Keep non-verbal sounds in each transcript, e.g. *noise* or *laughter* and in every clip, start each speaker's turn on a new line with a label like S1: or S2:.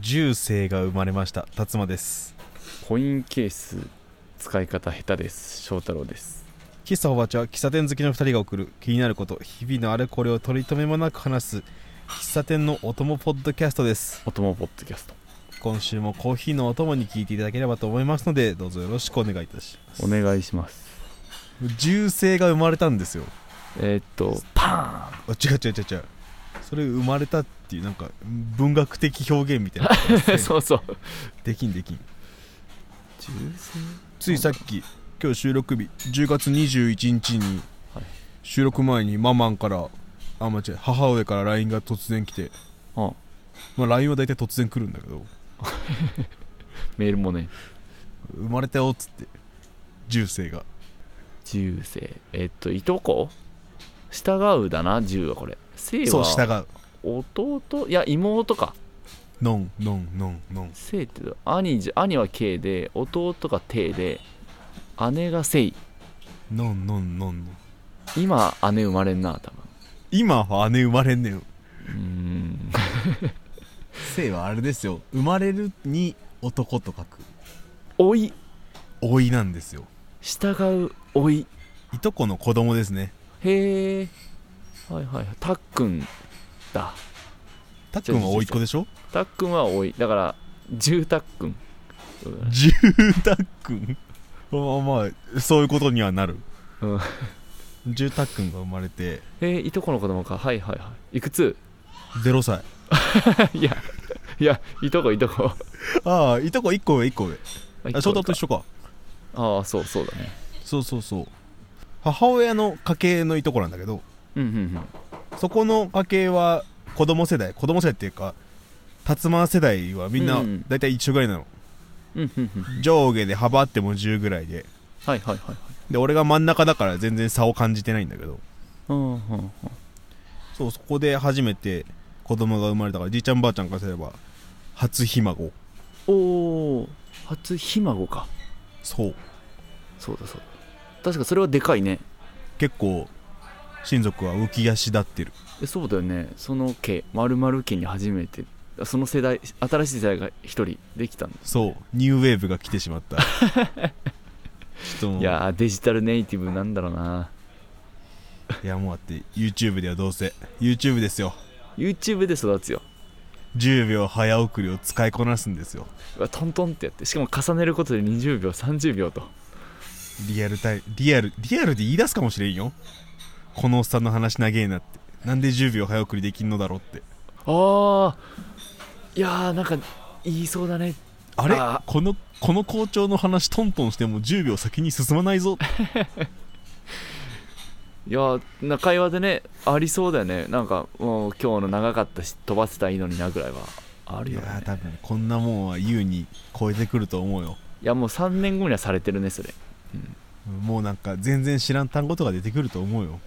S1: 重生が生まれました辰馬です
S2: コインケース使い方下手です翔太郎です
S1: 喫茶おばちゃん喫茶店好きの2人が送る気になること日々のあれこれを取り留めもなく話す喫茶店のお供ポッドキャストです
S2: おともポッドキャスト
S1: 今週もコーヒーのお供に聞いていただければと思いますのでどうぞよろしくお願いいたします
S2: お願いします
S1: 重生が生まれたんですよ
S2: えーっとパー
S1: あ違
S2: ン
S1: う違う違う違うそれ生まれたっていうなんか文学的表現みたいな
S2: *laughs* そうそう
S1: できんできん
S2: 重
S1: ついさっき今日収録日10月21日に
S2: はい
S1: 収録前にママンからあ間違え母親から LINE が突然来て
S2: あ
S1: まあ LINE は大体突然来るんだけど
S2: メールもね
S1: 生まれたよっつって銃声が
S2: 重生えーっといとこ従うだな重はこれ生
S1: そう
S2: は
S1: 従う
S2: 弟いや妹か
S1: ノンノンノンノン
S2: 生って兄じ兄は K で弟が T で姉が生
S1: ノンノンノンノン
S2: 今姉生まれんな多分
S1: 今は姉生まれんねん
S2: うー *laughs* ん
S1: 生はあれですよ生まれるに男と書く
S2: 老い
S1: 老いなんですよ
S2: 従う老い
S1: いとこの子供ですね
S2: へえはいはいたっくんだ
S1: たっくんは甥いっ子でしょ
S2: たっくんは多いだから住たっくん
S1: 住宅まあまあそういうことにはなる
S2: うん
S1: 住宅君が生まれて
S2: えー、いとこの子供かはいはいはいいくつ *laughs*
S1: 0歳
S2: いやいやいとこいとこ
S1: ああいとこ1個上1個上あ翔太と一緒か
S2: ああーそうそうだね
S1: そうそうそう母親の家系のいとこなんだけど
S2: うんうん
S1: そこの家系は子供世代子供世代っていうか辰馬世代はみんな
S2: うん
S1: 大体一緒ぐらいなの、
S2: うんうんうんうん
S1: 上下で幅あっても10ぐらいで
S2: はいはいはいはい
S1: で俺が真ん中だから全然差を感じてないんだけど
S2: うんうんうん
S1: そうそこで初めて子供が生まれたからじいちゃんばあちゃんからすれば初ひ孫
S2: おお初ひ孫か
S1: そう
S2: そうだそうだ確かそれはでかいね
S1: 結構親族は浮き足立ってる
S2: えそうだよねその家丸々家に初めてその世代新しい世代が一人できたんだ
S1: そうニューウェーブが来てしまったちょ
S2: *laughs*
S1: っともう
S2: い
S1: いや
S2: やーデジタルネイティブなんだろうな
S1: もうだって YouTube ではどうせ YouTube ですよ
S2: YouTube で育つよ
S1: 10秒早送りを使いこなすんですよ
S2: うわトントンってやってしかも重ねることで20秒30秒と
S1: リアルタイリアルリアルで言い出すかもしれんよこのおっさんの話長えなってなんで10秒早送りできんのだろうって
S2: ああいやーなんか言いそうだね
S1: あれ
S2: あ
S1: このこの校長の話トントンしても10秒先に進まないぞ
S2: いやーな会話でねありそうだよねなんかもう今日の長かったし飛ばせたらいいのになぐらいはあ
S1: い
S2: るよ
S1: や
S2: ね
S1: ー多分こんなもんは優に超えてくると思うよ
S2: いやもう3年後にはされてるねそれ
S1: もうなんか全然知らん単語とか出てくると思うよ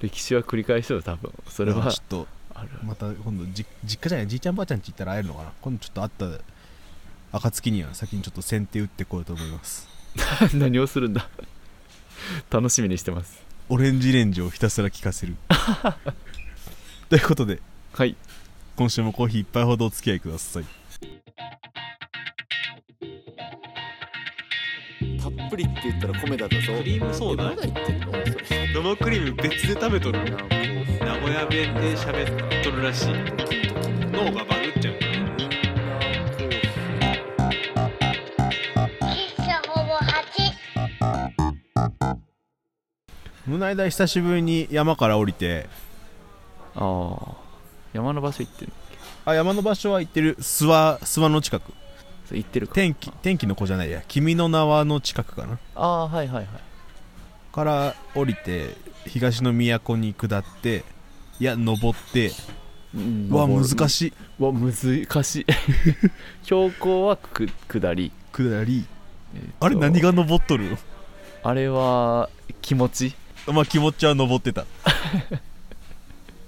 S2: 歴史は繰り返しだよ多分そ
S1: そ
S2: れは
S1: ちょっと
S2: ある
S1: また今度じ実家じゃないじいちゃんばあちゃんち行ったら会えるのかな今度ちょっと会った暁には先にちょっと先手打ってこようと思います
S2: 何をするんだ楽しみにしてます
S1: オレンジレンジをひたすら聞か
S2: *laughs*
S1: せるということで
S2: はい
S1: 今週もコーヒー一杯ほどお付き合いください
S2: たっぷりって言ったら米だとそう
S1: リームソーダ
S2: 言ってるの
S1: 生クリーム別で食べとる名古屋弁で喋っとるらしい脳がバグっちゃう
S3: 喫茶ほぼ8。
S1: この間久しぶりに山から降りて
S2: ああ山の場所行ってる
S1: あ山の場所は行ってる諏訪諏訪の近く
S2: そう行ってるか
S1: 天気天気の子じゃないや君の名はの近くかな
S2: ああはいはいはい
S1: から降りて東の都に下っていや登って
S2: うん
S1: うわ
S2: 登
S1: 難
S2: る
S1: しいう
S2: わ難しい *laughs* 標高はく下り、
S1: 下り
S2: えーと
S1: あれ何が登っとる
S2: あれは気持ち
S1: *laughs* まあ気持ちは登って
S2: *laughs*
S1: た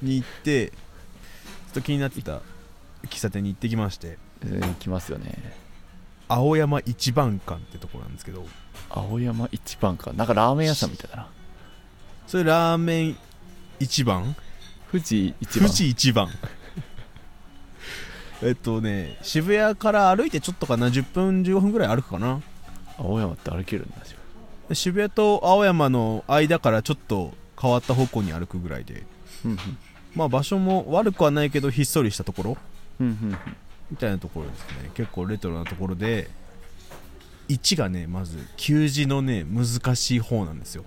S1: に行ってちょっと気になってた喫茶店に行ってきまして
S2: うん行きますよね
S1: 青山一番館ってとこなんですけど
S2: 青山一番かなんかラーメン屋さんみたいだな
S1: それラーメン一番
S2: *laughs* 富士一番
S1: 富士一番えっとね渋谷から歩いてちょっとかな10分15分ぐらい歩くかな
S2: 青山って歩けるんだし
S1: で渋谷と青山の間からちょっと変わった方向に歩くぐらいで
S2: うんうん
S1: まあ場所も悪くはないけどひっそりしたところ
S2: うんうん
S1: みたいなところですね結構レトロなところで1がねまず旧字のね難しい方なんですよ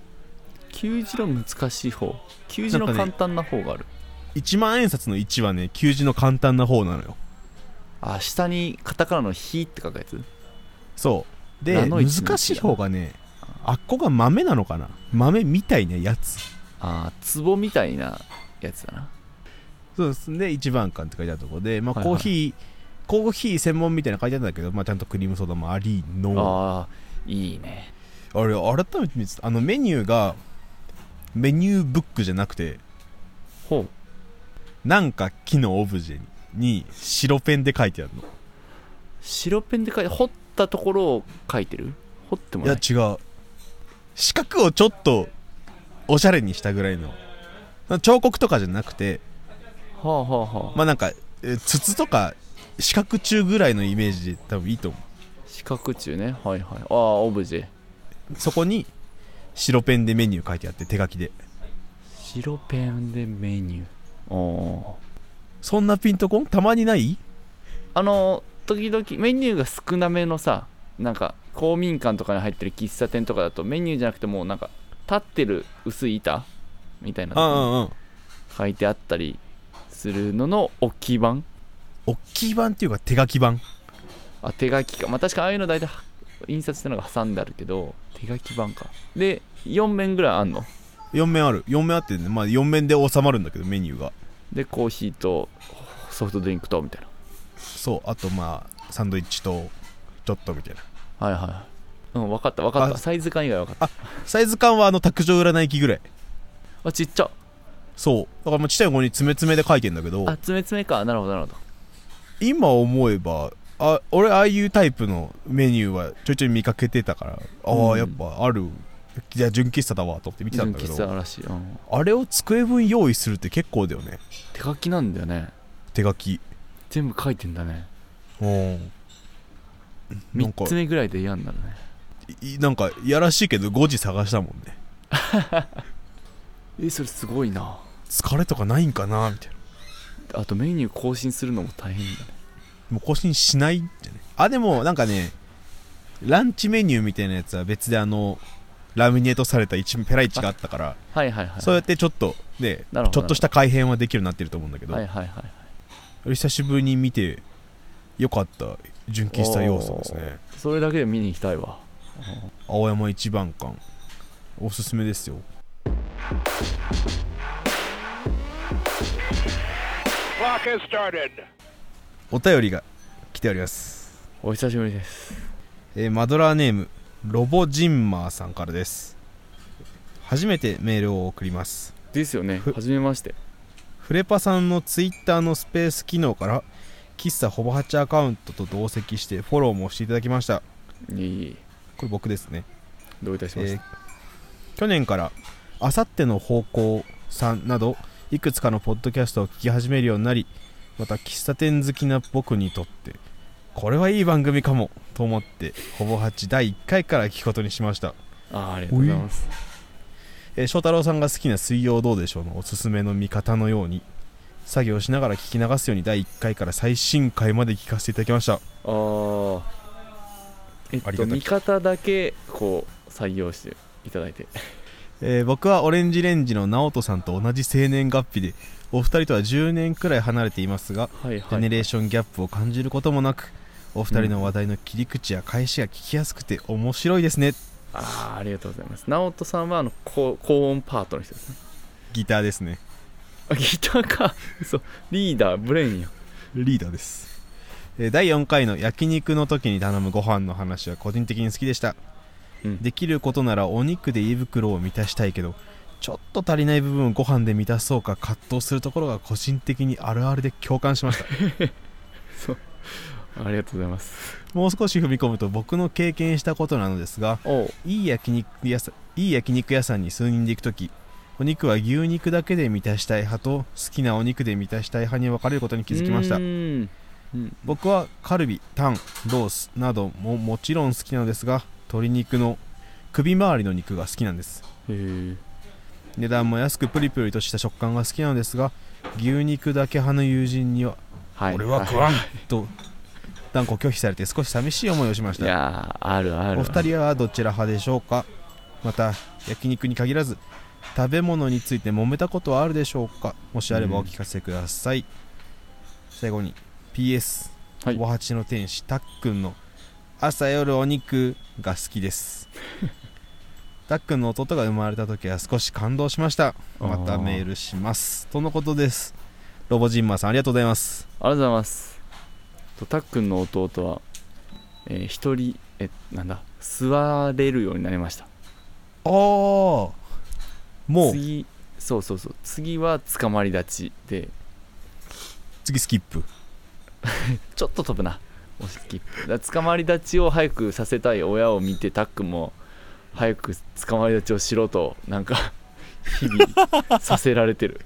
S2: 旧字の難しい方旧字の
S1: なんか
S2: 簡
S1: ね
S2: 単な方がある、
S1: 1万円札の1はね旧字の簡単な方なのよ
S2: あ下にカタカナの「ひ」って書くやつ
S1: そう
S2: ラ
S1: で
S2: の一の一
S1: 難しい方がねあっこが豆なのかな豆みたいなやつ
S2: あー壺みたいなやつだな
S1: そうですね1番館って書いてあるとこで、まあ、
S2: はいは
S1: コ
S2: い
S1: ーヒー、コーヒー専門みたいなの書いてあるんだけど、まあ、ちゃんとクリームソーダもありのあ
S2: あーいいね
S1: れ改めて見てたあのメニューがメニューブックじゃなくて
S2: ほう
S1: なんか木のオブジェに白ペンで書いてあるの
S2: 白ペンで書いて掘ったところを書いてる掘っても
S1: い
S2: な
S1: や
S2: い
S1: 違う四角をちょっとおしゃれにしたぐらいの彫刻とかじゃなくて
S2: はあはあはあ
S1: まあなんかえー筒とか四角柱ぐらいのイメージで多分いいと思
S2: 四角柱ねはいはいああオブジェ
S1: うそこに白ペンでメニュー書いてあって手書きで
S2: 白ペンでメニューおー
S1: そんなピンとこんたまにない
S2: あの時々メニューが少なめのさなんか公民館とかに入ってる喫茶店とかだとメニューじゃなくてもうなんか立ってる薄い板みたいな
S1: うん
S2: の
S1: うんうん
S2: 書いてあったりするのの置き版
S1: 大きい版っていうか手書き版
S2: あ手書きかまあ確かああいうの大体は印刷したのが挟んであるけど手書き版かで4面ぐらいあんの
S1: 4面ある4面あってねまあ4面で収まるんだけどメニューが
S2: でコーヒーとソフトドリンクとみたいな
S1: そうあとまあサンドイッチとちょっとみたいな
S2: はいはいはいうん分かった分かった
S1: あ
S2: サイズ感以外分かった
S1: サイズ感はあの卓上占い機ぐらい
S2: あちっちゃ
S1: そうだからもうちっちゃい子に詰め詰めで書いてんだけど
S2: あ爪爪かなるほどなるほど
S1: 今思えばあ俺ああいうタイプのメニューはちょいちょい見かけてたからああ、
S2: うん
S1: やっぱあるいや純喫茶だわと思って見てたん
S2: 純
S1: だけ
S2: 喫茶
S1: ど
S2: らしい、うん、
S1: あれを机分用意するって結構だよね
S2: 手書きなんだよね
S1: 手書き
S2: 全部書いてんだね
S1: うんなんか
S2: 3つ目ぐらいで嫌になるね
S1: いなんかやらしいけど5時探したもんね
S2: えそれすごいな
S1: 疲れとかないんかなみたいな
S2: あとメニュー更新するのも大変だね
S1: もう更新しないんじゃねあでもなんかねランチメニューみたいなやつは別であのラミネートされた一ペライチがあったから
S2: はいはいはい
S1: そうやってちょっとねち
S2: な
S1: ょ
S2: るほど
S1: っとした改変はできるようになってると思うんだけど、
S2: はいはいはい
S1: 久しぶりに見てよかった純喫茶要素ですね
S2: それだけで見に行きたいわ
S1: 青山一番館おすすめですよお便りが来ております、
S2: お久しぶりです
S1: えーマドラーネームロボジンマーさんからです初めてメールを送ります
S2: ですよね
S1: ふ
S2: 初めまして
S1: フレパさんのツイッターのスペース機能から喫茶ほぼハチアカウントと同席してフォローもしていただきました
S2: いいいい
S1: これ僕ですね
S2: どういたしまし
S1: えー
S2: た、
S1: 去年から「あさっての方向さん」などいくつかのポッドキャストを聞き始めるようになりまた喫茶店好きな僕にとってこれはいい番組かもと思ってほぼ8第1回から聞くことにしました、
S2: あーありがとうございます
S1: えー翔太郎さんが好きな「水曜どうでしょう」のおすすめの見方のように作業しながら聞き流すように第1回から最新回まで聞かせていただきました
S2: あーえっ
S1: あり
S2: と
S1: がたき
S2: 見方だけこう採用していただいて
S1: えー僕はオレンジレンジの直人さんと同じ生年月日でお二人とは10年くらい離れていますが
S2: はい
S1: ジ
S2: は
S1: ェ
S2: い
S1: ネレーションギャップを感じることもなくお二人の話題の切り口や返しが聞きやすくて面白いですね、
S2: ああありがとうございます直人さんはあの高高音パートの人ですね
S1: ギターですね
S2: あギターか *laughs* そうリーダーブレインや
S1: リーダーですえー第4回の焼肉の時に頼むご飯の話は個人的に好きでした、
S2: うん
S1: できることならお肉で胃袋を満たしたいけどちょっと足りない部分をご飯で満たそうか葛藤するところが個人的にあるあるで共感し *laughs* ました
S2: ありがとうございます
S1: もう少し踏み込むと僕の経験したことなのですが
S2: おう
S1: いい焼肉屋さんいい焼肉屋さんに数人で行く時お肉は牛肉だけで満たしたい派と好きなお肉で満たしたい派に分かれることに気づきました
S2: うーんうん
S1: 僕はカルビタンロースなどももちろん好きなのですが鶏肉の首周りの肉が好きなんです
S2: へえ
S1: 値段も安くプリプリとした食感が好きなのですが牛肉だけ派の友人には
S2: はい
S1: 俺は食
S2: い
S1: わんと断固拒否されて少し寂しい思いをしまし
S2: い
S1: た
S2: やーあるある
S1: お二人はどちら派でしょうかまた焼肉に限らず食べ物について揉めたことはあるでしょうかもしあればお聞かせください、最後に PS
S2: はい
S1: お八の天使たっくんの朝夜お肉が好きです
S2: *laughs*
S1: たっくんの弟が生まれた時は少し感動しましたまたメールしますとのことですロボジンマーさんありがとうございます
S2: ありがとうございます。とたっくんの弟は、えー一人、え、なんだ、座れるようになりました。
S1: ああもう
S2: 次、そうそうそう、次は捕まり立ちで、
S1: 次スキップ
S2: ちょっと飛ぶな、お好き。だ捕まり立ちを早くさせたい親を見て、たっくんも、早く捕まり立ちをしろと、なんか、日々させられて *laughs* る。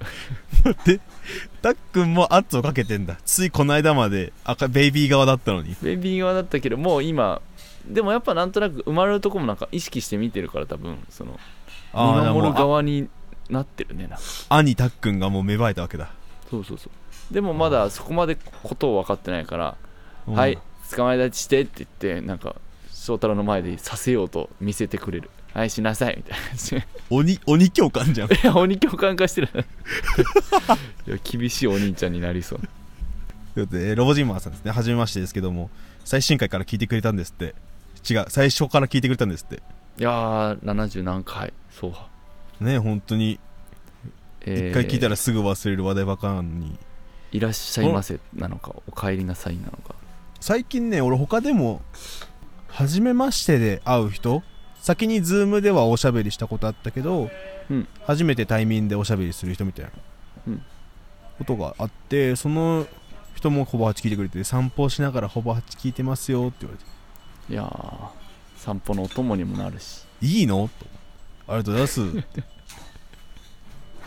S1: たっくんも圧をかけてんだついこの間まで赤ベイビー側だったのに
S2: ベビー側だったけど、もう今、でもやっぱなんとなく生まれるとこもなんか意識して見てるから多分その見
S1: ー
S2: 守る
S1: もう
S2: 側になってるねなんか
S1: あ兄たっくんがもう芽生えたわけだ、
S2: そうそうそうでもまだそこまでことを分かってないから「
S1: うん
S2: はい捕まえ立ちして」って言ってなんか翔太郎の前でさせようと見せてくれる「はいしなさい」みたいな感じでい
S1: 鬼鬼教官じゃん
S2: や鬼教官化してるいや厳しいお兄ちゃんになりそう
S1: ということでえーロボジンマーさんですね初めましてですけども最新回から聞いてくれたんですって違う最初から聞いてくれたんですって
S2: いやー70何回そうか
S1: ね本当に
S2: えー
S1: 一回聞いたらすぐ忘れる話題ばかなのに、
S2: いらっしゃいませなのかお帰りなさいなのか
S1: 最近ね俺他でも初めましてで会う人先にズームではおしゃべりしたことあったけど、
S2: うん
S1: 初めて対面でおしゃべりする人みたいな、
S2: うん
S1: ことがあってその人もほぼ8聞いてくれて散歩しながらほぼ8聞いてますよって言われて
S2: いやー散歩のお供にもなるし
S1: 「いいの?」と「ありがとうございます」
S2: *laughs*
S1: って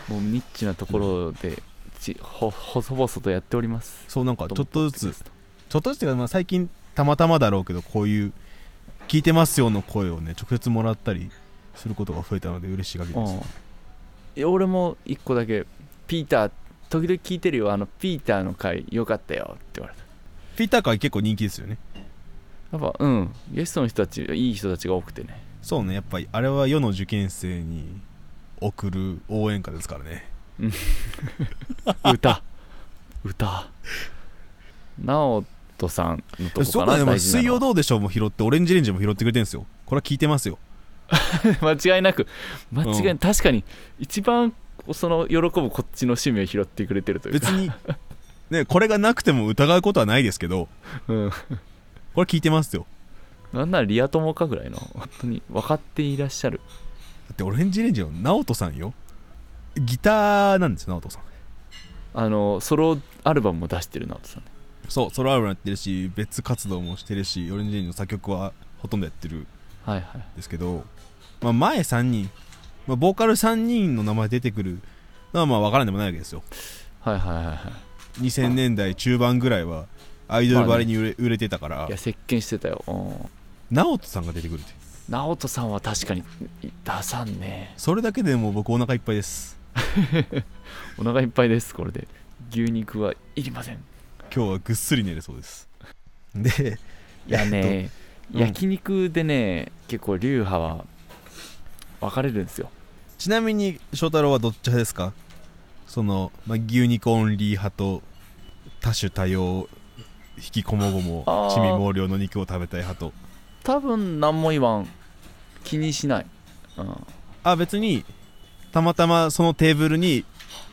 S2: もうニッチなところでちほ細々とやっております
S1: そうなんかちょっとずつ
S2: つ
S1: ちょっとずつっていうかまあ最近たまたまだろうけどこういう「聞いてますよ」の声をね直接もらったりすることが増えたので嬉しい限りです、
S2: いや俺も一個だけ「ピーター時々聞いてるよあのピーターの回よかったよ」って言われた
S1: ピーター会結構人気ですよね
S2: やっぱうんゲストの人たちいい人たちが多くてね
S1: そうねやっぱりあれは世の受験生に送る応援歌ですからね
S2: 歌歌直人さんのとこ
S1: そ
S2: か
S1: うだ
S2: な
S1: ね
S2: 大事な
S1: 水
S2: の
S1: 曜
S2: は
S1: どうでしょうも拾ってオレンジレンジも拾ってくれてるんですよこれは聞いてます *laughs* よ
S2: *laughs* 間違いなく間違い、
S1: うん
S2: 確かに一番その喜ぶこっちの趣味を拾ってくれてるという
S1: 別
S2: か、
S1: にねこれがなくても疑うことはないですけど
S2: うん、
S1: これ聞いてますよ
S2: なんならリア友かぐらいの本当に分かっていらっしゃる
S1: だってオレンジレンジの直人さんよギターなんですよ直人さん
S2: あのソロアルバムも出してる直人さんね
S1: そうソロアルバムやってるし別活動もしてるしオレンジレンジの作曲はほとんどやってる
S2: はいはい
S1: ですけど、まあ、前3人、まあ、ボーカル3人の名前出てくるのはまあ分からんでもないわけですよ
S2: はいはいはいはい
S1: 2000年代中盤ぐらいはアイドルばりに売れ,、売れてたか
S2: い
S1: ら
S2: や席巻してたようん
S1: 直人さんが出てくるって
S2: 直人さんは確かに出さんね
S1: それだけでもう僕お腹いっぱいです
S2: お腹いっぱいですこれで牛肉はいりません
S1: 今日はぐっすり寝れそうですで
S2: いやね、
S1: うん
S2: 焼肉でね結構流派は分かれるんですよ
S1: ちなみに翔太郎はどっち派ですかその、まあ、牛肉オンリー派と多種多様引きこもごも
S2: あー
S1: ちみ毛量の肉を食べたい派と
S2: 多分何も言わん気にしない、うん、
S1: あ別にたまたまそのテーブルに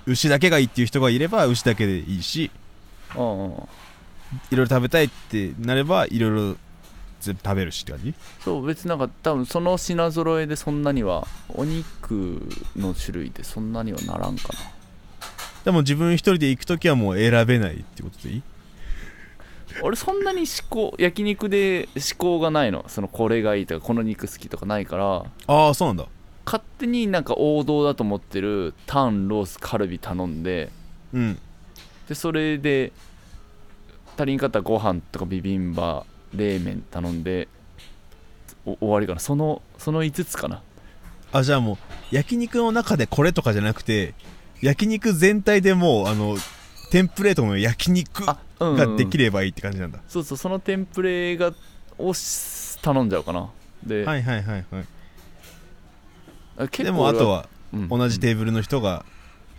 S1: 牛だけがいいっていう人がいれば牛だけでいいし
S2: うんうん
S1: い
S2: うん
S1: ろいろ食べたいってなればいろいろ全部食べるしって感じ
S2: そう別になんか多分その品揃えでそんなにはお肉の種類でそんなにはならんかな
S1: でも自分一人で行く時はもう選べないってことでいい
S2: 俺そんなに思考焼肉で思考がないのそのこれがいいとかこの肉好きとかないから
S1: ああそうなんだ
S2: 勝手になんか王道だと思ってるタンロースカルビ頼んで
S1: うん
S2: でそれで足りんかったらご飯とかビビンバ冷麺頼んでお終わりかなそのその5つかな
S1: あじゃあもう焼肉の中でこれとかじゃなくて焼肉全体でもうあのテンプレートの焼肉が
S2: あうん、うん、
S1: できればいいって感じなんだ、
S2: そうそうそのテンプレがをし頼んじゃうかなで、
S1: はいはいはいはい
S2: あ結構
S1: でもあと
S2: は、
S1: は
S2: うん
S1: 同じテーブルの人が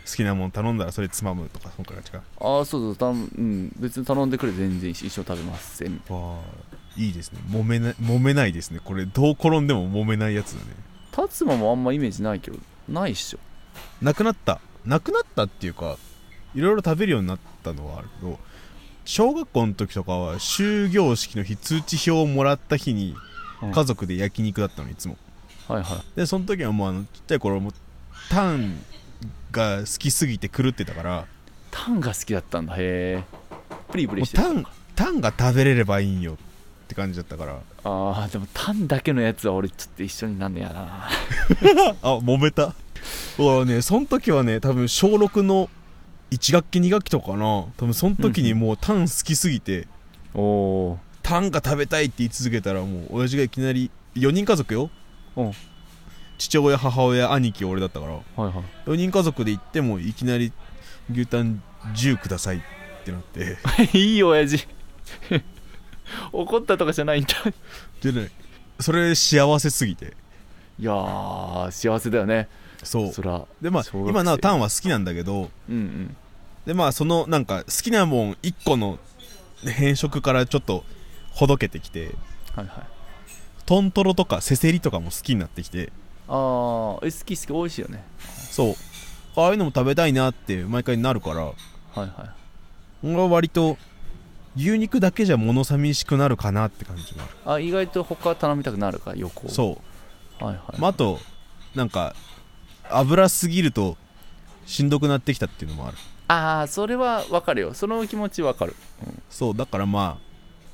S1: 好きなもの頼んだらそれつまむとかそんな感じか
S2: ああそうそうたん、うん、別に頼んでくれ全然いいし一緒に食べますせん
S1: わあいいですね揉めな揉めないですねこれどう転んでも揉めないやつだね
S2: 達馬もあんまイメージないけどないっしょ
S1: なくなったなくなったっていうかいろいろ食べるようになったのはあるけど小学校の時とかは終業式の日通知表をもらった日に
S2: うん
S1: 家族で焼肉だったのいつも
S2: はいはい
S1: でその時はもうあのちっちゃい頃もうタンが好きすぎて狂ってたから
S2: タンが好きだったんだへえプリプ
S1: も
S2: リ
S1: う
S2: してる
S1: タンタンが食べれればいいんよって感じだったから
S2: あーでもタンだけのやつは俺ちょっと一緒になんのやだな
S1: あ揉めた俺ねその時はね多分小6の1学期2学期とかかな多分その時にもうタン好きすぎて、
S2: おお
S1: タンが食べたいって言い続けたらもう親父がいきなり4人家族よ、
S2: うん
S1: 父親母親兄貴俺だったから
S2: ーはいはい
S1: 4人家族で行ってもいきなり牛タン10くださいってなって
S2: *laughs* いい親父 *laughs* 怒ったとかじゃないんだ
S1: でねそれ幸せすぎて
S2: いやー幸せだよね
S1: そう
S2: そら
S1: でまあ
S2: 小学生
S1: 今なおタンは好きなんだけど
S2: うんうん
S1: でまあそのなんか好きなもん1個の変色からちょっとほどけてきて
S2: はいはい
S1: トントロとかせせりとかも好きになってきて
S2: ああえ好き好き美味しいよね
S1: そうああいうのも食べたいなって毎回なるから
S2: はいは
S1: 俺は割と牛肉だけじゃ物寂しくなるかなって感じがある
S2: いあ意外と他頼みたくなるか横
S1: そう
S2: はいはい、
S1: う、まあ、あとなんか油すぎるとしんどくなってきたっていうのもある
S2: ああそれはわかるよその気持ちわかる
S1: そうだからまあ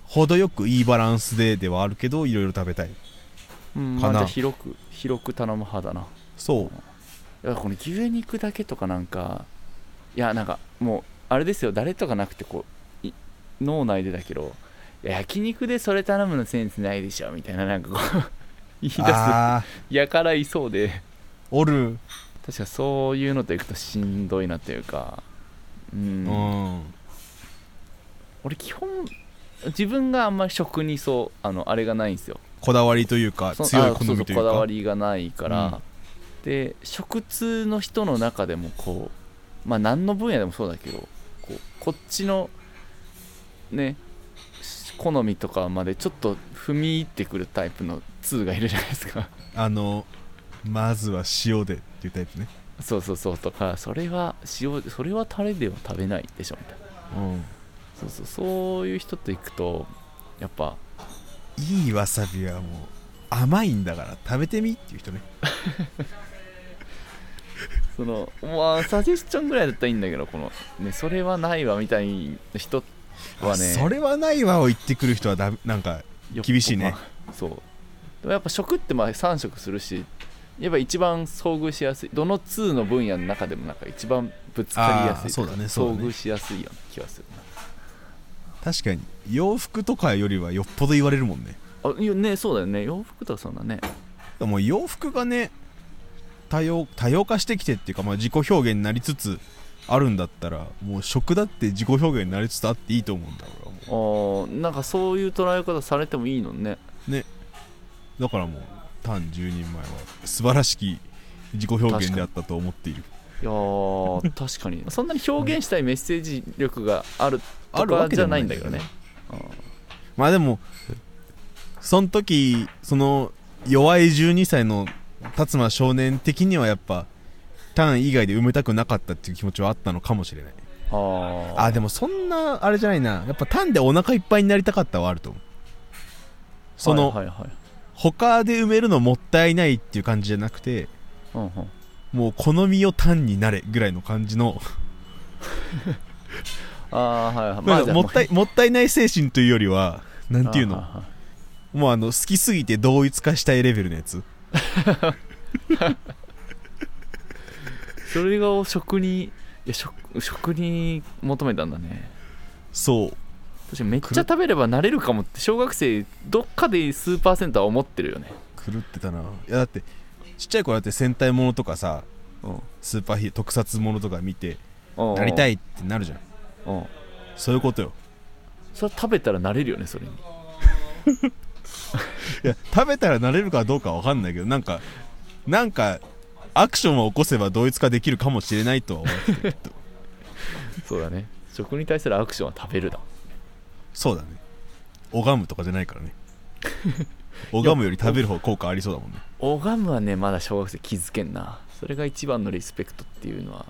S1: 程よくいいバランスでではあるけどいろいろ食べたい
S2: うん
S1: か
S2: まあ
S1: な
S2: じゃあ広く広く頼む派だな
S1: そう
S2: いやこの牛肉だけとかなんかいやなんかもうあれですよ誰とかなくてこうい脳内でだけどいや焼肉でそれ頼むのセンスないでしょみたいななんかこう *laughs* 言い出す
S1: ああ
S2: やからいそうで
S1: *laughs* おる
S2: 確かそういうのと行くとしんどいなというかう
S1: うんん、
S2: 俺基本自分があんまり食にそうあのあれがないんですよ
S1: こだわりというか
S2: その
S1: 強い
S2: あ
S1: 好
S2: そうそ
S1: み
S2: う
S1: という
S2: こだわ
S1: か
S2: りがないから、で食通の人の中でもこうまあ何の分野でもそうだけどこうこっちのねし好みとかまでちょっと踏み入ってくるタイプの通がいるじゃないですか *laughs*
S1: あのまずは塩でっていうタイプね
S2: そうそうそうとかそれは塩それはタレでは食べないでしょみたいな
S1: うん
S2: そうそうそういう人と行くとやっぱ
S1: いいわさびはもう甘いんだから食べてみっていう人ね
S2: そのまあサジェスチョンぐらいだったらいいんだけどこの、ね、それはないわみたいな人はね
S1: それはないわを言ってくる人はだなんか
S2: よっ
S1: 厳しいね
S2: まあそうでもやっぱ食ってまあ3食するしやっぱ一番遭遇しやすいどの2の分野の中でもなんか一番ぶつかりやす
S1: あー
S2: い
S1: そうだねそうだ
S2: 遭
S1: ね
S2: 遇しやすいような気がする
S1: 確かに洋服とかよりはよっぽど言われるもんね
S2: なあいやねそうだよね洋服とかそんなね
S1: でも洋服がね多様多様化してきてっていうか、まあ、自己表現になりつつあるんだったらもう食だって自己表現になりつつあっていいと思うんだ俺はも
S2: あーなんかそういう捉え方されてもいいのね
S1: うだからもう単10人前は素晴らしき自己表現であったと思っている
S2: いやー確かに *laughs* そんなに表現したいメッセージ力がある
S1: あ
S2: と
S1: るわ
S2: か
S1: け
S2: じ
S1: で
S2: ゃ
S1: もな
S2: ないい
S1: ん
S2: ん
S1: だ
S2: だ
S1: け
S2: け
S1: ど
S2: ど
S1: ね
S2: ね
S1: まあでもその時その弱い12歳の辰馬少年的にはやっぱターン以外で埋めたくなかったっていう気持ちはあったのかもしれない
S2: あー
S1: あでもそんなあれじゃないなやっぱターンでお腹いっぱいになりたかったはあると思うその、
S2: はいはいはい
S1: 他で埋めるのもったいないっていう感じじゃなくて
S2: うんうん
S1: もう好みをターンになれぐらいの感じの、
S2: あーはいはい
S1: なんかもった
S2: い
S1: いもったいない精神というよりはなんていう
S2: あー
S1: の
S2: *laughs* はいはい
S1: もうあの好きすぎて同一化したいレベルのやつ
S2: それを食にいや食食に求めたんだね
S1: そう
S2: 確かにめっちゃ食べればなれるかもって小学生どっかで数パーセントは思ってるよね
S1: 狂ってたないやだってちっちゃい頃だって戦隊ものとかさ
S2: うん
S1: スーパーヒー特撮ものとか見て
S2: うん
S1: なりたいってなるじゃん
S2: うん
S1: そういうことよ
S2: それは食べたらなれるよねそれに
S1: いや食べたらなれるかどうかは分かんないけどなんかなんかアクションを起こせば同一化できるかもしれないとは思う
S2: そうだね食に対するアクションは食べるだ
S1: そうだね拝むとかじゃないからね拝むより食べる方効果ありそうだもんね
S2: 拝むはねまだ小学生気づけんなそれが一番のリスペクトっていうのは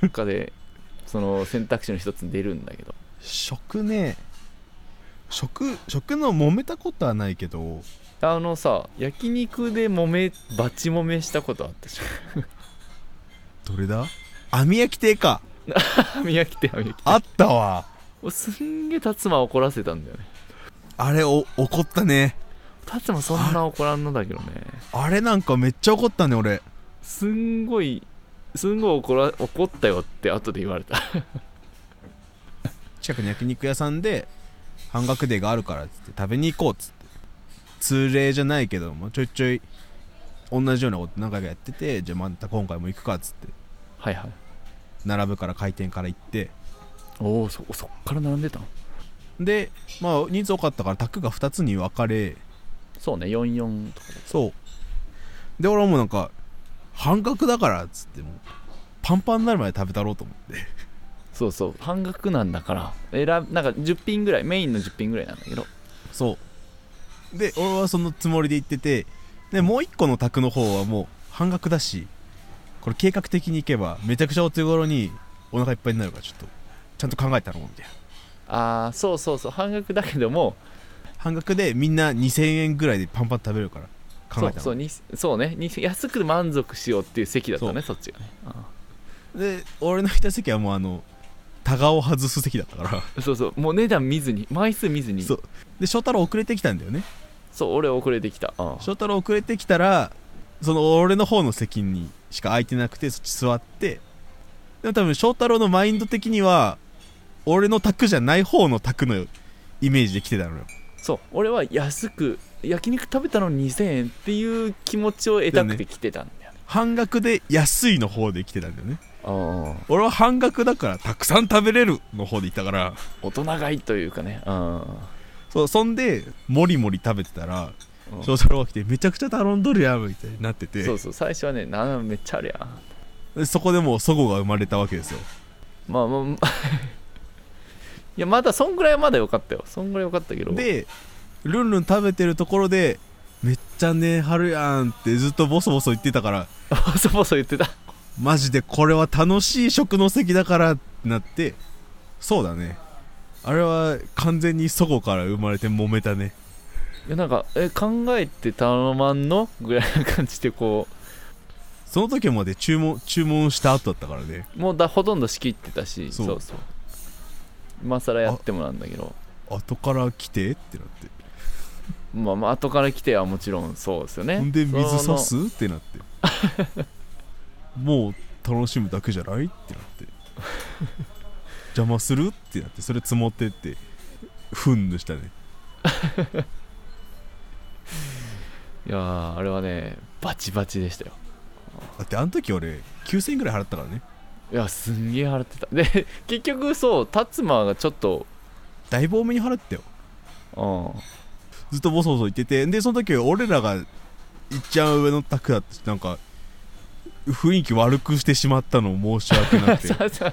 S2: どっか *laughs* でその選択肢の一つに出るんだけど
S1: 食ね食食の揉めたことはないけど
S2: あのさ焼肉で揉めバチ揉めしたことあったじ
S1: どれだ網焼き亭か
S2: ゃん網焼きって網焼き
S1: あったわ
S2: 俺すんげえ達馬怒らせたんだよね
S1: あれお怒ったね
S2: 達馬そんな怒らんのだけどね
S1: あれなんかめっちゃ怒ったね俺
S2: すんごいすんごい怒ら怒ったよって後で言われた *laughs*
S1: 近くに焼肉屋さんで半額デーがあるからっつって食べに行こうっつって通例じゃないけどもちょいちょい同じようなこと何回かやっててじゃあまた今回も行くかっつって
S2: はいはい
S1: 並ぶから開店から行って
S2: おおそそっから並んでたの
S1: でまあ人数多かったからタックが2つに分かれ
S2: そうね44とか
S1: そうで俺はもうなんか半額だからっつってもうパンパンになるまで食べたろうと思って
S2: そうそう半額なんだから選ぶなんか10品ぐらいメインの10品ぐらいなんだけど
S1: そうで俺はそのつもりで行っててでもう一個の宅の方はもう半額だしこれ計画的に行けばめちゃくちゃお手頃にお腹いっぱいになるからちょっとちゃんと考えたのみたいな
S2: ああそうそうそう半額だけども
S1: 半額でみんな2000円ぐらいでパンパン食べるから考えたの
S2: そうそうにそうねに安く満足しようっていう席だったねそっちがねあ
S1: で俺のいた席はもうあのタガを外す席だったから
S2: ーそうそうもう値段見ずに枚数見ずに
S1: そ
S2: そう
S1: うで翔太郎遅れてきたんだよね
S2: 俺遅れてきたあー
S1: 翔太郎遅れてきたらその俺の方の席にしか空いてなくてそっち座ってでも多分翔太郎のマインド的には俺の卓じゃない方の卓のイメージで来てたのよ
S2: そう俺は安く焼肉食べたのに2000円っていう気持ちを得たくて来てたんだよね
S1: 半額で安いの方で来てたんだよね
S2: ああ
S1: 俺は半額だからたくさん食べれるの方で行ったから
S2: 大人買いというかねあ
S1: そうそんでもりもり食べてたら
S2: うん
S1: 翔太郎が来てめちゃくちゃ頼んどるやんみたいになって
S2: ー
S1: て
S2: そうそう最初はねなめっちゃあるやん
S1: でそこでもう祖母が生まれたわけですよ
S2: まあまあまあ *laughs* いやまだそんぐらいはまだ良かったよそんぐらい良かったけど
S1: でルンルン食べてるところで「めっちゃねはるやん」ってずっとボソボソ言ってたから
S2: ボソボソ言ってた
S1: マジでこれは楽しい食の席だからってなってそうだねあれは完全に祖母から生まれて揉めたね
S2: いやなんかえ考えて頼まんのぐらいな感じでこ
S1: その時まで注文注文した後だったからね
S2: うもうだほとんど仕切ってたし
S1: そ
S2: そううそう今更やってもなんだけど
S1: 後から来てってなって
S2: まあまあ後から来てはもちろんそうですよね
S1: ほんで水
S2: そ
S1: さ
S2: の
S1: すってなって
S2: *laughs*
S1: もう楽しむだけじゃないってなって邪魔するってなってそれ積もってってふんでしたね
S2: いやーあれはねバチバチでしたよ
S1: だってあの時俺9000円ぐらい払ったからね
S2: いやすんげえ払ってたで *laughs* 結局そう達馬がちょっと
S1: だいぶ多めに払ったよ
S2: うん
S1: ずっとボソボソ言っててでその時俺らが一番上の卓だったしなんか雰囲気悪くしてしまったの申し訳なくて
S2: ささ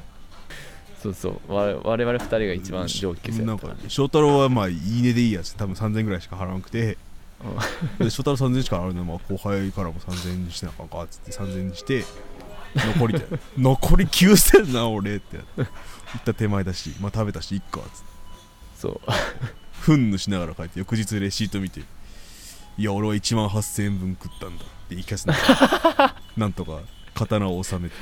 S2: そうそうわ我々二人が一番上級生
S1: な
S2: だ
S1: ん
S2: ったか
S1: から
S2: ね
S1: 翔太郎はまあいいねでいいやつって多分3000円ぐらいしか払わなくてで翔太郎3000円しか払うのまあ後輩からも3000円にしてなあかんかっつって3000円にして残
S2: *laughs*
S1: り残り9000な俺ってなって言った手前だしまあ食べたしいっかっつって
S2: そう *laughs*
S1: ふんぬしながら帰って翌日レシート見ていや俺は1万8000円分食ったんだって言い返すな
S2: *laughs*
S1: なんとか刀を収めて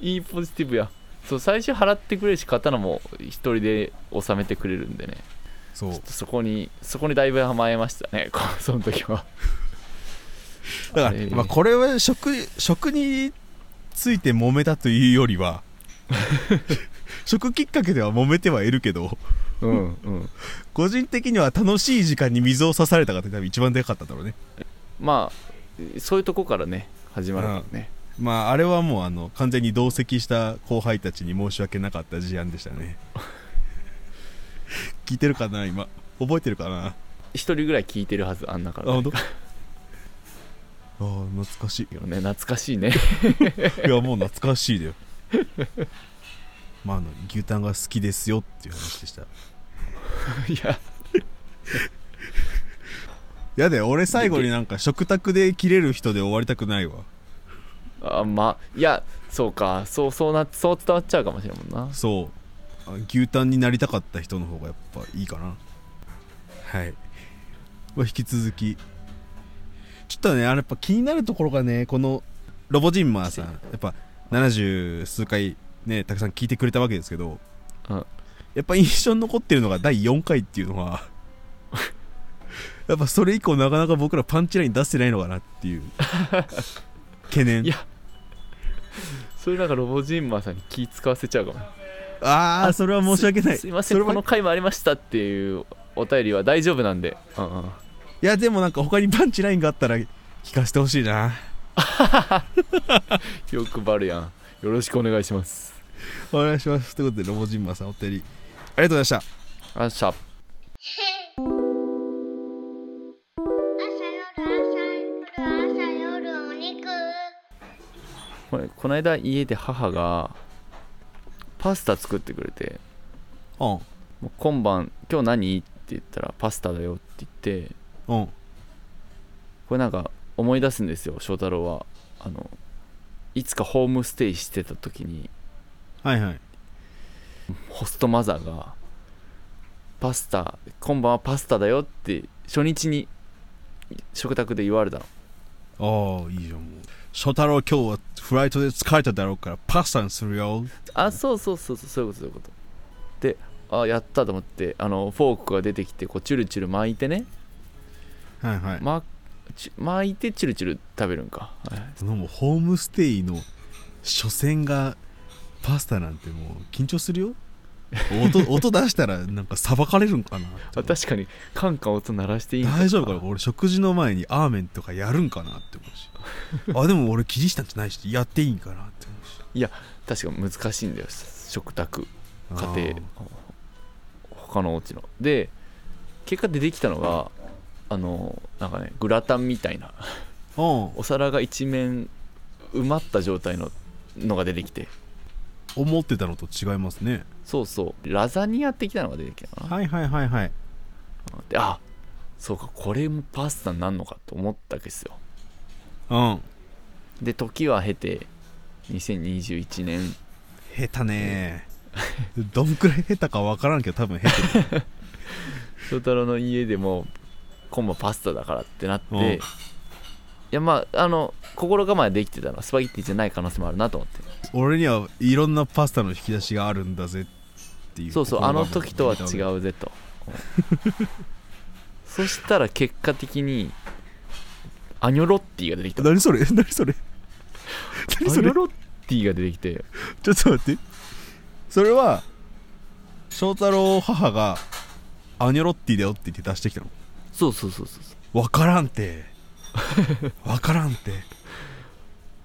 S2: いいポジティブやそう最初払ってくれるし刀も一人で収めてくれるんでね
S1: そう
S2: ちょっとそこにそこにだいぶ甘えましたね *laughs* こうその時は
S1: だから、
S2: えー
S1: まあ、これは食食について *laughs* 揉めたというよりは食きっかけでは揉めてはいるけど
S2: うんうん
S1: 個人的には楽しい時間に水を刺されたがって多分一番でかかったんだろうね
S2: まあそういうとこからね始まるからね、
S1: まああれはもうあの完全に同席した後輩たちに申し訳なかった事案でした *laughs* ね聞いてるかな今覚えてるかな
S2: 一人ぐらい聞いてるはずあんなから、
S1: あ *laughs*
S2: ね
S1: 本当。あー懐かしいよね
S2: 懐かしいね *laughs*
S1: いやもう懐かしいだよまああの牛タンが好きですよっていう話でした
S2: いや
S1: やだよ俺最後になんか食卓で切れる人で終わりたくないわ
S2: あまあいやそうかそうそうなそう伝わっちゃうかもしれんもんな
S1: そうあ牛タンになりたかった人の方がやっぱいいかなはい、まあ、引き続きちょっとねあれやっぱ気になるところがねこのロボジンマーさんやっぱ70数回ねたくさん聞いてくれたわけですけど、
S2: うん
S1: やっぱ印象に残ってるのが第4回っていうのは *laughs* やっぱそれ以降なかなか僕らパンチライン出してないのかなって *laughs* いう懸念
S2: いやそれなんかロボジンマーさんに気使わせちゃうかも
S1: ああそれは申し訳ない
S2: すすいま
S1: そ
S2: せ
S1: れ
S2: ん
S1: は
S2: この回もありましたっていうお便りは大丈夫なんで、うんうん、
S1: いやでもなんか他にパンチラインがあったら聞かせてほしいな
S2: よくばるやんよろしくお願いします
S1: お願いしますということでロボジンマーさんお便りありがとうございました
S2: あっしゃ
S3: 朝夜朝夜朝夜お肉
S2: これこの間家で母がパスタ作ってくれて
S1: うん
S2: もう今晩今日何って言ったらパスタだよって言って
S1: うん
S2: これなんか思い出すんですよ翔太郎はあのいつかホームステイしてた時に
S1: はいはい
S2: ホストマザーがパスタ今晩はパスタだよって初日に食卓で言われたの
S1: ああいいじゃんもう翔太郎今日はフライトで疲れただろうからパスタにするよ
S2: あそうそうそうそうそういうことそういうことであやったと思ってあのフォークが出てきてこうチュルチュル巻いてね、
S1: はいはい、
S2: ま、ちゅ巻いてチュルチュル食べるんか、はい
S1: そのもうホームステイの初戦がパスタなんてもう緊張するよ音 *laughs* 音出したらなんかさばかれるんかな *laughs*
S2: あ確かにカンカン音鳴らしていいん
S1: 大丈夫かな俺食事の前にアーメンとかやるんかなって思うしあでも俺キリシタンじゃないしやっていいんかなって
S2: 確か難しいんだよ食卓
S1: 思うし
S2: 家庭他のお家ので結果出てきたのがあのなんかねグラタンみたいな
S1: 庭うん
S2: お皿が一面埋まった状態ののが出てきて
S1: 思ってたのと違いますね
S2: そうそうラザニア的なのが出てきたのかな
S1: はいはいはいはい
S2: であそうかこれもパスタになるのかと思ったわけですよ
S1: うん
S2: で時は経て2021年
S1: 下手ねどんくらい下手かわからんけど多分下手
S2: 翔太郎の家でも今晩パスタだからってなって、
S1: うん
S2: いやまああの心構えできてたのはスパゲッティじゃない可能性もあるなと思って
S1: 俺にはいろんなパスタの引き出しがあるんだぜっていう
S2: そうそう
S1: とこ
S2: あ
S1: ろが
S2: の時とは違う
S1: *laughs*
S2: ぜとそしたら結果的にアニョロッティが出てきた
S1: 何それ何それ何
S2: ア
S1: そ
S2: ニ
S1: れ
S2: ョロッティが出てきて
S1: ちょっと待ってそれは翔太郎母がアニョロッティだよって言って出してきたの
S2: そうそうそうそうそう
S1: わからん
S2: *laughs*
S1: てわからんて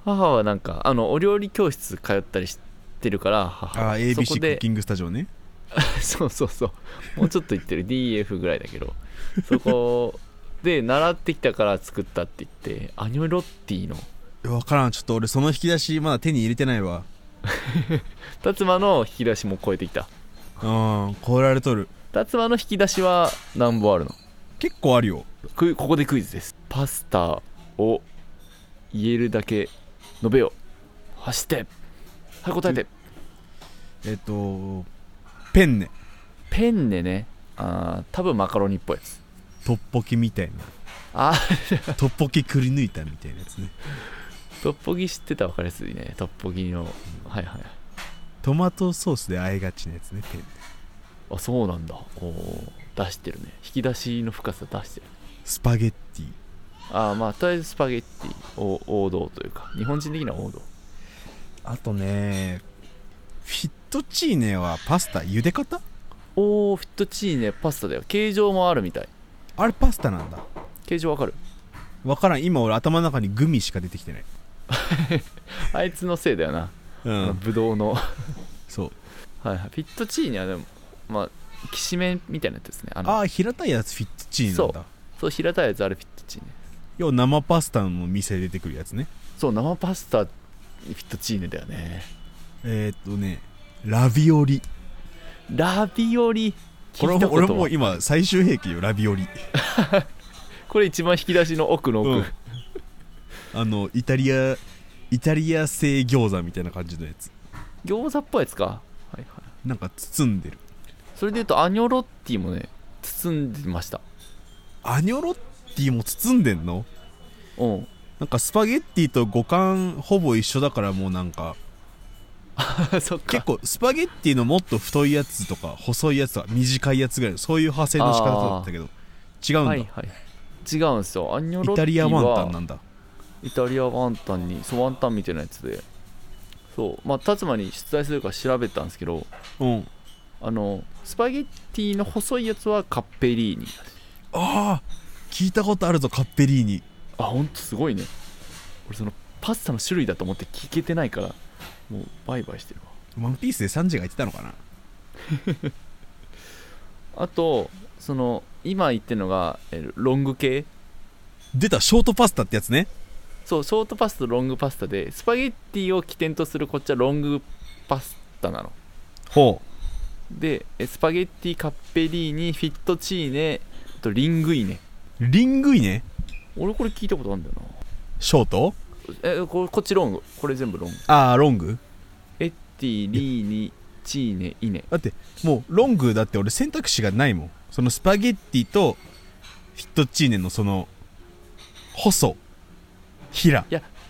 S2: 母はなんかあのお料理教室通ったりしてるから母
S1: あ
S2: は
S1: ABC ク
S2: そこ
S1: ッ
S2: で
S1: キングスタジオね
S2: *laughs* そうそうそうもうちょっと行ってる DF ぐらいだけどそこで習ってきたから作ったって言ってアニョロッティの
S1: わからんちょっと俺その引き出しまだ手に入れてないわ
S2: 辰馬の引き出しも超えてきた
S1: うん超えられとる
S2: 辰馬の引き出しは何本あるの
S1: 結構あるよ
S2: クイここでクイズですパスタを言えるだけ述べよ走ってはい答えて
S1: えっとペンネ
S2: ペンネねあー多分マカロニっぽいやつ
S1: トッポキみたい
S2: *laughs* あー
S1: なトッポキくり抜いたみたいなやつね
S2: トッポギ知ってたら分かりやすいねトッポギのはいはい
S1: トマトソースであえがちなやつねペンネ
S2: あそうなんだおー出してるね引き出しの深さ出してる
S1: スパゲッティ
S2: あーまあとりあえずスパゲッティを王道というか日本人的には王道
S1: あとねフィットチーネはパスタ茹で方
S2: おーフィットチーネパスタだよ形状もあるみたい
S1: あれパスタなんだ
S2: 形状わかる
S1: わからん今俺頭の中にグミしか出てきてない
S2: あいつのせいだよな、
S1: う
S2: あの
S1: ん
S2: ぶどうのは
S1: そう
S2: いはいフィットチーネはでもまあきしめんみたいなやつですねあの
S1: ああー平たいやつフィットチーネなんだ
S2: そう平たいやつあれフィットチーネ
S1: 要は生パスタの店で出てくるやつね
S2: そう生パスタフィットチーネだよね
S1: えー、っとねラビオリ
S2: ラビオリ
S1: こ
S2: 聞
S1: れ
S2: いた
S1: も
S2: こ
S1: 俺
S2: と
S1: も
S2: は
S1: 今最終兵器よラビオリ
S2: これ一番引き出しの奥の奥、
S1: うんあのイタリアイタリア製餃子みたいな感じのやつ
S2: 餃子っぽいやつかはいはい
S1: なんか包んでる
S2: それでいうとアニョロッティもね包んでました
S1: アニョロッティも包んでんの
S2: うん
S1: なんかスパゲッティと五感ほぼ一緒だからもうなんか
S2: そっか
S1: 結構スパゲッティのもっと太いやつとか細いやつとか短いやつぐらいのそういう派生の仕方だったけど違うんだ、
S2: はいはい違うんですよアニョロ
S1: イ
S2: ッティは
S1: タリアワンタンなんだ
S2: イタリアワンタンにそうワンタンみたいなやつでそうまあ辰馬に出題するから調べたんですけど
S1: うん
S2: あのスパゲッティの細いやつはカッペリーニ
S1: ああ聞いたことあるぞカッペリーニ
S2: あほんとすごいね俺そのパスタの種類だと思って聞けてないからもうバイバイしてるわ
S1: ワンピースでサンジが言ってたのかな
S2: あとその今言ってるのがえーロング系
S1: 出たショートパスタってやつね
S2: そうショートパスタとロングパスタでスパゲッティを起点とするこっちはロングパスタなの
S1: ほ
S2: でえスパゲッティカッペリーニフィットチーネあとリングイネ
S1: うリングイネ
S2: 俺これ聞いたことあるんだよ
S1: ショート
S2: なえこれこっちロングこれ全部ロング
S1: ああロング
S2: エッティリーニチーネイネ
S1: だってもうロングだって俺選択肢がないもんそのスパゲッティとフィットチーネのその細平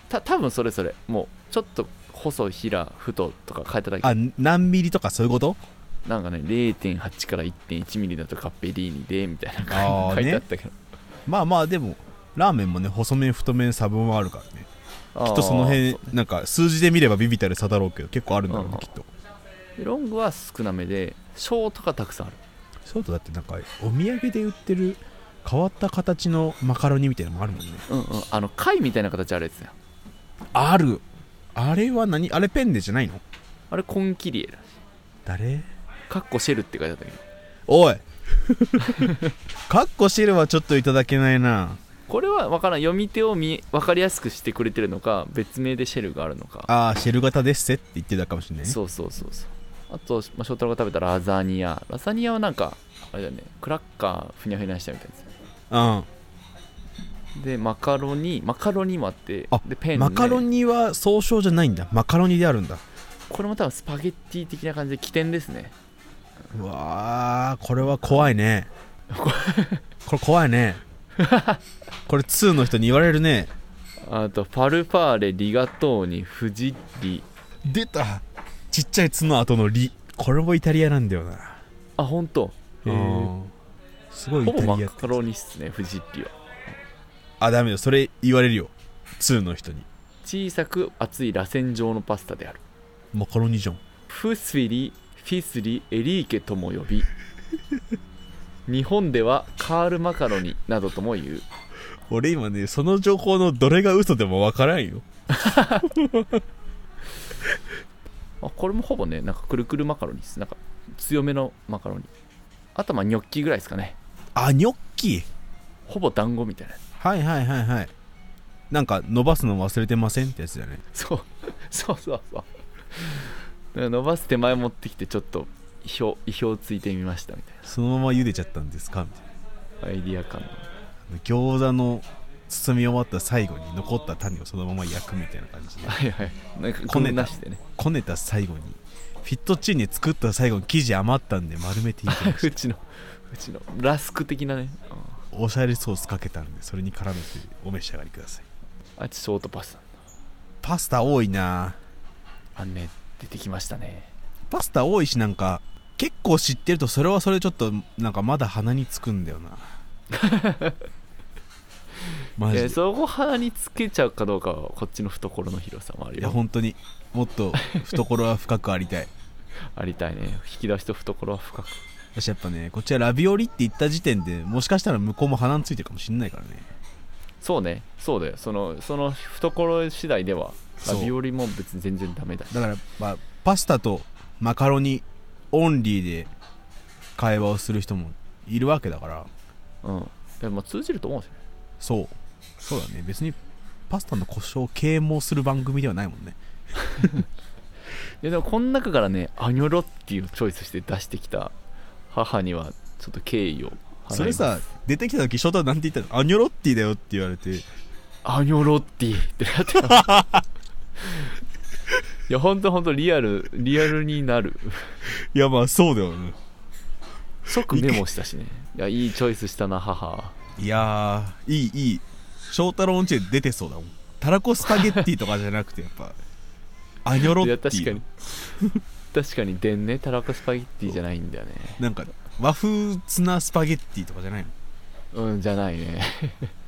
S2: た多分それそれもうちょっと細平太とか変えただけ
S1: あ何ミリとかそういうこと
S2: なんかね0.8から1.1ミリだとカッペリーニでみたいな
S1: あ
S2: 感
S1: ー
S2: じ書いて
S1: ね
S2: あったけど、
S1: まあまあでもラーメンもね細麺太麺差分はあるからね
S2: あー
S1: きっとその辺
S2: そう
S1: なんか数字で見ればビビたる差だろうけど結構あるんだろう
S2: うんう
S1: ね
S2: ん
S1: きっと
S2: でロングは少なめでショートがたくさんある
S1: ショートだってなんかお土産で売ってる変わった形のマカロニみたいなのもあるもんね
S2: うんうんあの貝みたいな形あるやつや
S1: あるあれは何あれペンネじゃないの
S2: あれコンキリエだ
S1: 誰
S2: カッコシェルって書いてあったけど
S1: おいカッコシルはちょっといただけないな
S2: これは分からん読み手を見分かりやすくしてくれてるのか別名でシェルがあるのか
S1: ああシェル型ですせって言ってたかもしれないね
S2: そうそうそうそうあと、まあ、翔太郎が食べたラザニアラザニアはなんかあれだよねクラッカーふにゃふにゃしたみたいなや
S1: うん
S2: つでマカロニマカロニもあって
S1: あ
S2: でペン、ね、
S1: マカロニは総称じゃないんだマカロニであるんだ
S2: これも多分スパゲッティ的な感じで起点ですね
S1: うわーこれは怖いね *laughs* これ怖いねこれ2の人に言われるね
S2: あとパルファーレリガトーニフジッリ
S1: 出たちっちゃい「つ」の後の「リ」これもイタリアなんだよな
S2: あ本当
S1: う
S2: へー
S1: んすごいイ
S2: ほ
S1: タ
S2: ぼ
S1: リア
S2: マカロニっすねフジッリは
S1: あダメだそれ言われるよ2の人に
S2: 小さく厚い螺旋状のパスタである
S1: マカロニじゃん
S2: フスフィリフィスリエリーケとも呼
S1: *laughs*
S2: び日本ではカールマカロニなどとも言う
S1: 俺今ねその情報のどれが嘘でもわからんよ
S2: あこれもほぼねなんかくるくるマカロニですなんか強めのマカロニあとまあニョッキぐらいですかね
S1: あニョッキ
S2: ほぼ団子みたいなや
S1: はいはいはいはいなんか伸ばすの忘れてませんってやつだね
S2: つそう *laughs* そうそうそうだから伸ばす手前持ってきてちょっと意表意表ついてみましたみたい
S1: そのまま茹でちゃったんですかみたいな
S2: なアイディア感の
S1: あの餃子の包み終わった最後に残った種をそのまま焼くみたいな感じで
S2: はいはいなんか
S1: こ
S2: こ
S1: ねた
S2: んなしてね
S1: こねた最後にフィットチーネ作った最後に生地余ったんで丸めていきました
S2: うちのうちのラスク的なねうん
S1: おしゃれソースかけたんでそれに絡めてお召し上がりください
S2: あいつショートパスタ
S1: パスタ多いな
S2: あのね出てきましたね
S1: パスタ多いしなんか結構知ってるとそれはそれちょっとなんかまだ鼻につくんだ
S2: *laughs*
S1: よなマジ
S2: え
S1: で
S2: ーそこ鼻につけちゃうかどうかはこっちの懐の広さもある
S1: いや
S2: よ
S1: 本当にもっと懐は深くありたい
S2: ありたいね引き出しと懐は深く
S1: 私やっぱねこっちはラビオリって言った時点でもしかしたら向こうも鼻についてるかもしんないからね
S2: そうねそうだよそのその懐次第ではラ
S1: そう
S2: ビオリも別に全然ダメだし
S1: だから、まあ、パスタとマカロニオンリーで会話をする人もいるわけだから
S2: うんでもまあ通じると思うんですよね
S1: そうそうだね別にパスタの故障を啓蒙する番組ではないもんね
S2: いやでもこの中からねアニョロっていうチョイスして出してきた母にはちょっと敬意を払います
S1: それさ出てきた時翔太なんて言ったのアニョロッティだよって言われて
S2: アニョロッティってなってます *laughs* いやほんとほんとリアルリアルになる
S1: いやまあそうだよね
S2: 即メモしたしねいやいいチョイスしたな母はい
S1: やーいいいい翔太郎んちで出てそうだもんたらこスパゲッティとかじゃなくてやっ
S2: *laughs*
S1: ぱアニョロ
S2: い
S1: ッ
S2: や
S1: テ
S2: 確か
S1: ィ
S2: に確かにでんねたらこスパゲッティじゃないんだよね
S1: なんか和風ツナスパゲッティとかじゃないの
S2: うんじゃないね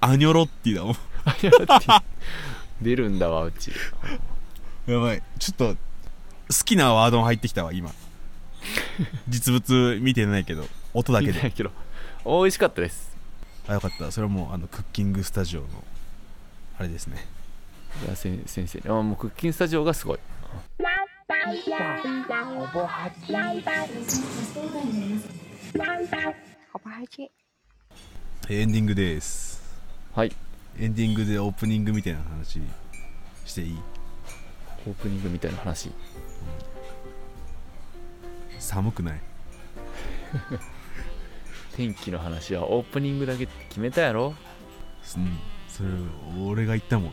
S1: アニョロッティだもん
S2: アニョロッティ出るんだわうち
S1: やばいちょっと好きなワードも入ってきたわ今実物見てないけど音だけ
S2: 見てな
S1: で
S2: いけど美味しかったです
S1: あよかったそれはもうあのクッキングスタジオのあれですね
S2: いやせん先生にあもうクッキングスタジオがすごい
S1: エンディングです
S2: はい
S1: エンディングでオープニングみたいな話していい
S2: オープニングみたいな話
S1: 寒くない
S2: 天気の話はオープニングだけって決めたやろ
S1: うんそれ俺が言ったもんね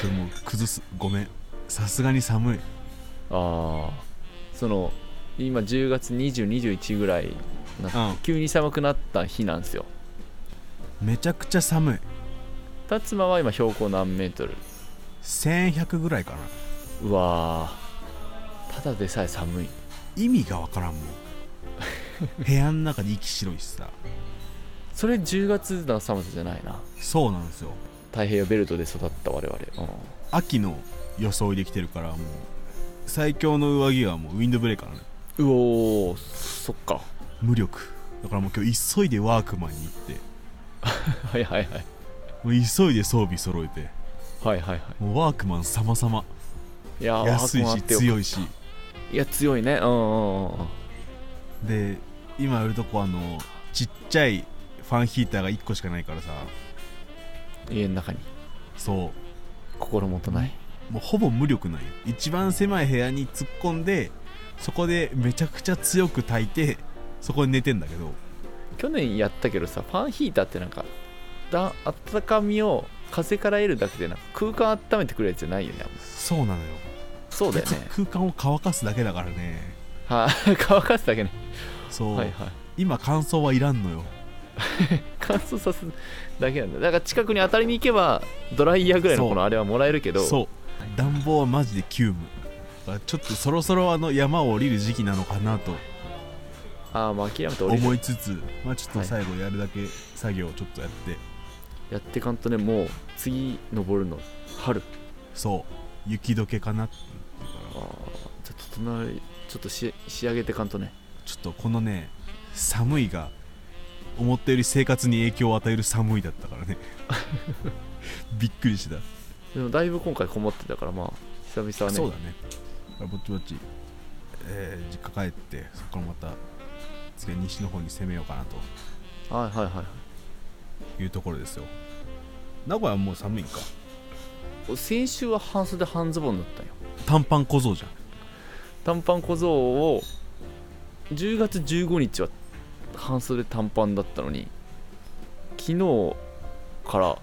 S1: それもう崩すごめんさすがに寒い
S2: ああその今10月2021ぐらいになって、
S1: うん
S2: 急に寒くなった日なんですよ
S1: めちゃくちゃ寒い
S2: 辰馬は今標高何メートル
S1: 1100ぐらいかな
S2: うわーただでさえ寒い
S1: 意味がわから
S2: *laughs*
S1: んもん部屋の中で息白いしさ
S2: それ10月の寒さじゃないな
S1: そうなんですよ
S2: 太平洋ベルトで育った我々、うん
S1: 秋の装いできてるからもう最強の上着はもうウィンドブレーカーなのよ
S2: うおーそっか
S1: 無力だからもう今日急いでワークマンに行って
S2: はいはいはい
S1: もう急いで装備揃えて
S2: はいはいは
S1: もうワークマン様々
S2: いいやー
S1: 安い
S2: ワークマンあ
S1: し
S2: ってよかった
S1: 強いし
S2: いや強いねうんうんうんうん
S1: で今売るとこあのちっちゃいファンヒーターが1個しかないからさ
S2: 家の中に
S1: そ
S2: 心もとない、
S1: うもうほぼ無力なんよ一番狭い部屋に突っ込んでそこでめちゃくちゃ強く炊いてそこに寝てんだけど
S2: 去年やったけどさファンヒーターってなんかだ温かみを風から得るだけでなんか空間温めてくれるやつじゃないよねあんま
S1: そうなのよ
S2: そうだよね
S1: 空間を乾かすだけだからね
S2: *laughs* はい乾かすだけね
S1: そう、
S2: はいはい
S1: 今乾燥はいらんのよ
S2: 乾燥させるだけなんだだから近くに当たりに行けばドライヤーぐらいの
S1: そう
S2: このあれはもらえるけど
S1: そう暖房はマジで急務だからちょっとそろそろあの山を降りる時期なのかなと
S2: ああまあ諦めて俺
S1: 思いつつまあちょっと最後やるだけ作業をちょっとやって、
S2: やってかんとねもう次登るの春
S1: そう雪解けかなって言って
S2: あ
S1: た
S2: あ
S1: から
S2: ちょっと隣ちょっとし仕上げてかんとね
S1: ちょっとこのね寒いが思ったより生活に影響を与える寒いだった *laughs* からねびっくりした、
S2: でもだいぶ今回こもってたからまあ久々ね
S1: そうだねあぼちぼち、えー実家帰ってそこからまた次は西の方に攻めようかなと
S2: はいはいはい
S1: いうところですよ名古屋はもう寒いんか
S2: 先週は半袖半ズボンだったよ
S1: 短パン小僧じゃん
S2: 短パン小僧を10月15日は半袖短パンだったのに昨日から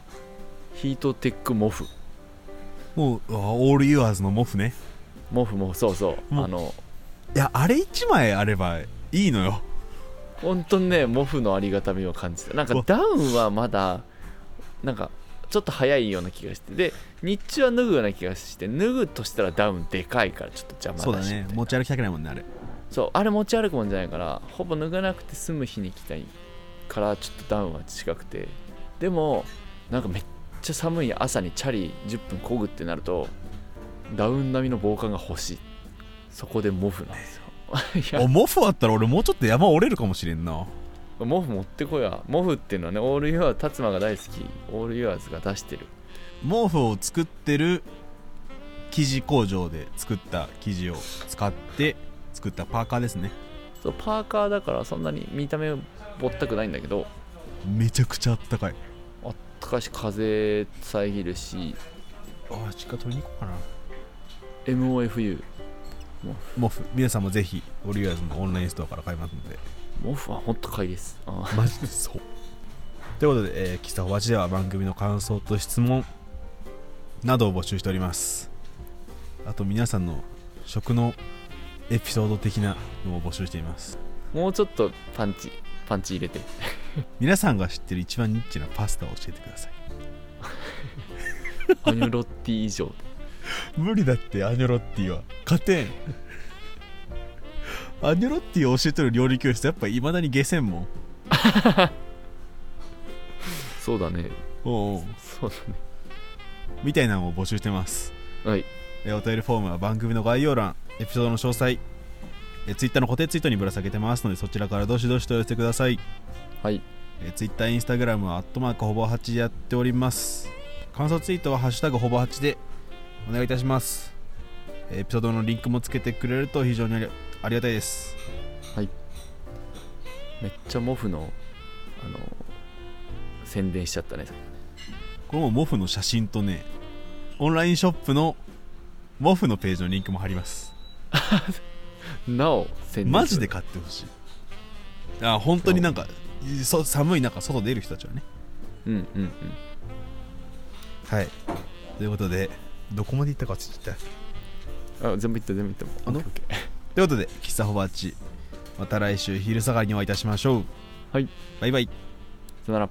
S2: ヒートテックモフ
S1: もううわオールユアーズのモフね
S2: モフモフそうそう
S1: モフ
S2: あの
S1: いやあれ1枚あればいいのよ
S2: 本当にねモフのありがたみを感じたなん
S1: う
S2: か
S1: わ
S2: ダウンはまだなんかちょっと早いような気がしてで日中は脱ぐような気がして脱ぐとしたらダウンでかいからちょっと邪
S1: そう
S2: 魔
S1: だ
S2: だし
S1: ね持ち歩きたくないもんねあ *laughs* れ
S2: そうあれ持ち歩くもんじゃないからほぼ脱がなくて済む日に来たいからちょっとダウンは近くてでもなんかめっちゃ寒い朝にチャリ10分漕ぐってなるとダウン並みの防寒が欲しいそこでモフなんですよ、いや
S1: おモフあったら俺もうちょっと山折れるかもしれんな
S2: モフ持ってこやモフっていうのはねオールユアー達馬が大好きオールユアーズが出してる
S1: 毛布を作ってる生地工場で作った生地を使って作ったパーカーですね
S2: そうパーカーだからそんなに見た目ぼったくないんだけど
S1: めちゃくちゃあったかい
S2: あったかいし風遮るし
S1: ああ実家取りに行こうかな
S2: MOFU
S1: 毛布皆さんもぜひオリオヤーズのオンラインストアから買いますので
S2: モフはほんと買いですあ
S1: マジでそうということで、えー、喫茶ホワチでは番組の感想と質問などを募集しておりますあと皆さんの食のエピソード的なのを募集しています
S2: もうちょっとパンチパンチ
S1: *laughs*
S2: 入れて
S1: 皆さんが知ってる一番ニッチなパスタを教えてください
S2: アニュロッティ以上
S1: 無理だってアニョロッティは勝てんアニョロッティを教えてる料理教室やっぱいまだに下船もん
S2: そうだね
S1: おうおう
S2: そうだね
S1: みたいなのを募集してます
S2: はい
S1: えーお便りフォームは番組の概要欄エピソードの詳細えー Twitter の固定ツイートにぶら下げてますのでそちらからどしどしとお寄せください
S2: はい
S1: えー Twitter、Instagram はアットマークほぼ8やっております感想ツイートは「ハッシュタグほぼ8」でお願いいたしますえーエピソードのリンクもつけてくれると非常にありありがたいです
S2: めっちゃモフのあの宣伝しちゃったね
S1: このモフの写真とねオンラインショップのモフのページのリンクも貼ります
S2: なお宣伝する
S1: マジで買ってほしいあ本当になんかそ寒い中外出る人たちはね
S2: うんうんうん
S1: はいということでどこまで行ったか忘れちゃった
S2: あ全部いった全部いった
S1: あの
S2: オッケーオッケー
S1: ということで喫茶ホバッチまた来週昼下がりにお会いいたしましょう
S2: はい
S1: バイバイ
S2: さよなら